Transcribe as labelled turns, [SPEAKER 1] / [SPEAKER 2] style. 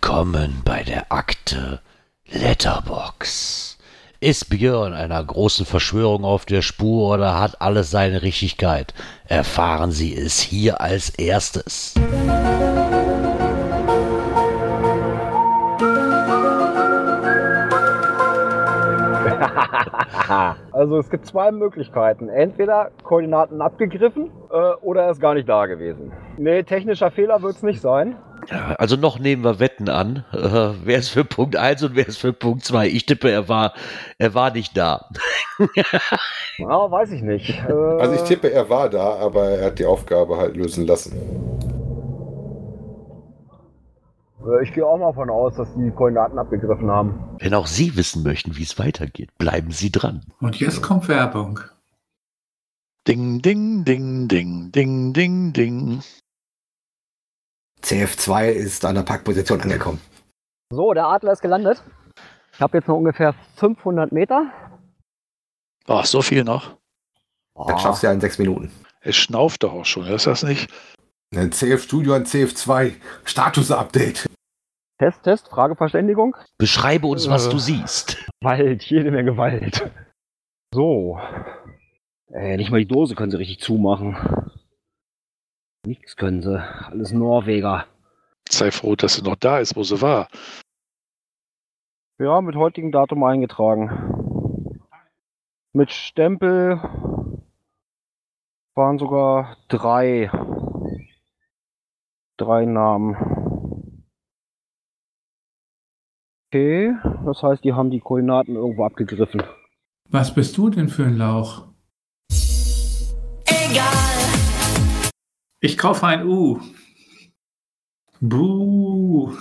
[SPEAKER 1] Willkommen bei der Akte Letterbox. Ist Björn einer großen Verschwörung auf der Spur oder hat alles seine Richtigkeit? Erfahren Sie es hier als erstes.
[SPEAKER 2] Also es gibt zwei Möglichkeiten. Entweder Koordinaten abgegriffen äh, oder er ist gar nicht da gewesen. Nee, technischer Fehler wird es nicht sein.
[SPEAKER 1] Also noch nehmen wir Wetten an. Äh, wer ist für Punkt 1 und wer ist für Punkt 2? Ich tippe, er war, er war nicht da.
[SPEAKER 2] Ah, weiß ich nicht. Äh,
[SPEAKER 3] Also ich tippe, er war da, aber er hat die Aufgabe halt lösen lassen.
[SPEAKER 2] äh, ich gehe auch mal davon aus, dass die Koordinaten abgegriffen haben.
[SPEAKER 1] Wenn auch Sie wissen möchten, wie es weitergeht, bleiben Sie dran.
[SPEAKER 4] Und jetzt kommt Werbung.
[SPEAKER 5] Ding, ding, ding, ding, ding, ding, ding.
[SPEAKER 6] CF2 ist an der Packposition angekommen.
[SPEAKER 2] So, der Adler ist gelandet. Ich habe jetzt noch ungefähr 500 Meter.
[SPEAKER 5] Ach, so viel noch.
[SPEAKER 6] Das
[SPEAKER 2] Ah,
[SPEAKER 6] schaffst du ja in sechs Minuten.
[SPEAKER 5] Ah. Es schnauft doch auch schon, ist das nicht?
[SPEAKER 3] Ein CF Studio, ein CF2, Status-Update.
[SPEAKER 2] Test, Test, Frageverständigung.
[SPEAKER 1] Beschreibe uns, was
[SPEAKER 2] Äh.
[SPEAKER 1] du siehst.
[SPEAKER 2] Wald, jede Menge Wald. So.
[SPEAKER 7] Äh, nicht mal die Dose können sie richtig zumachen. Nichts können sie. Alles Norweger.
[SPEAKER 5] Sei froh, dass sie noch da ist, wo sie war.
[SPEAKER 2] Ja, mit heutigem Datum eingetragen. Mit Stempel waren sogar drei. Drei Namen. Okay, das heißt, die haben die Koordinaten irgendwo abgegriffen.
[SPEAKER 4] Was bist du denn für ein Lauch? Egal. Ich kaufe ein U. Buh.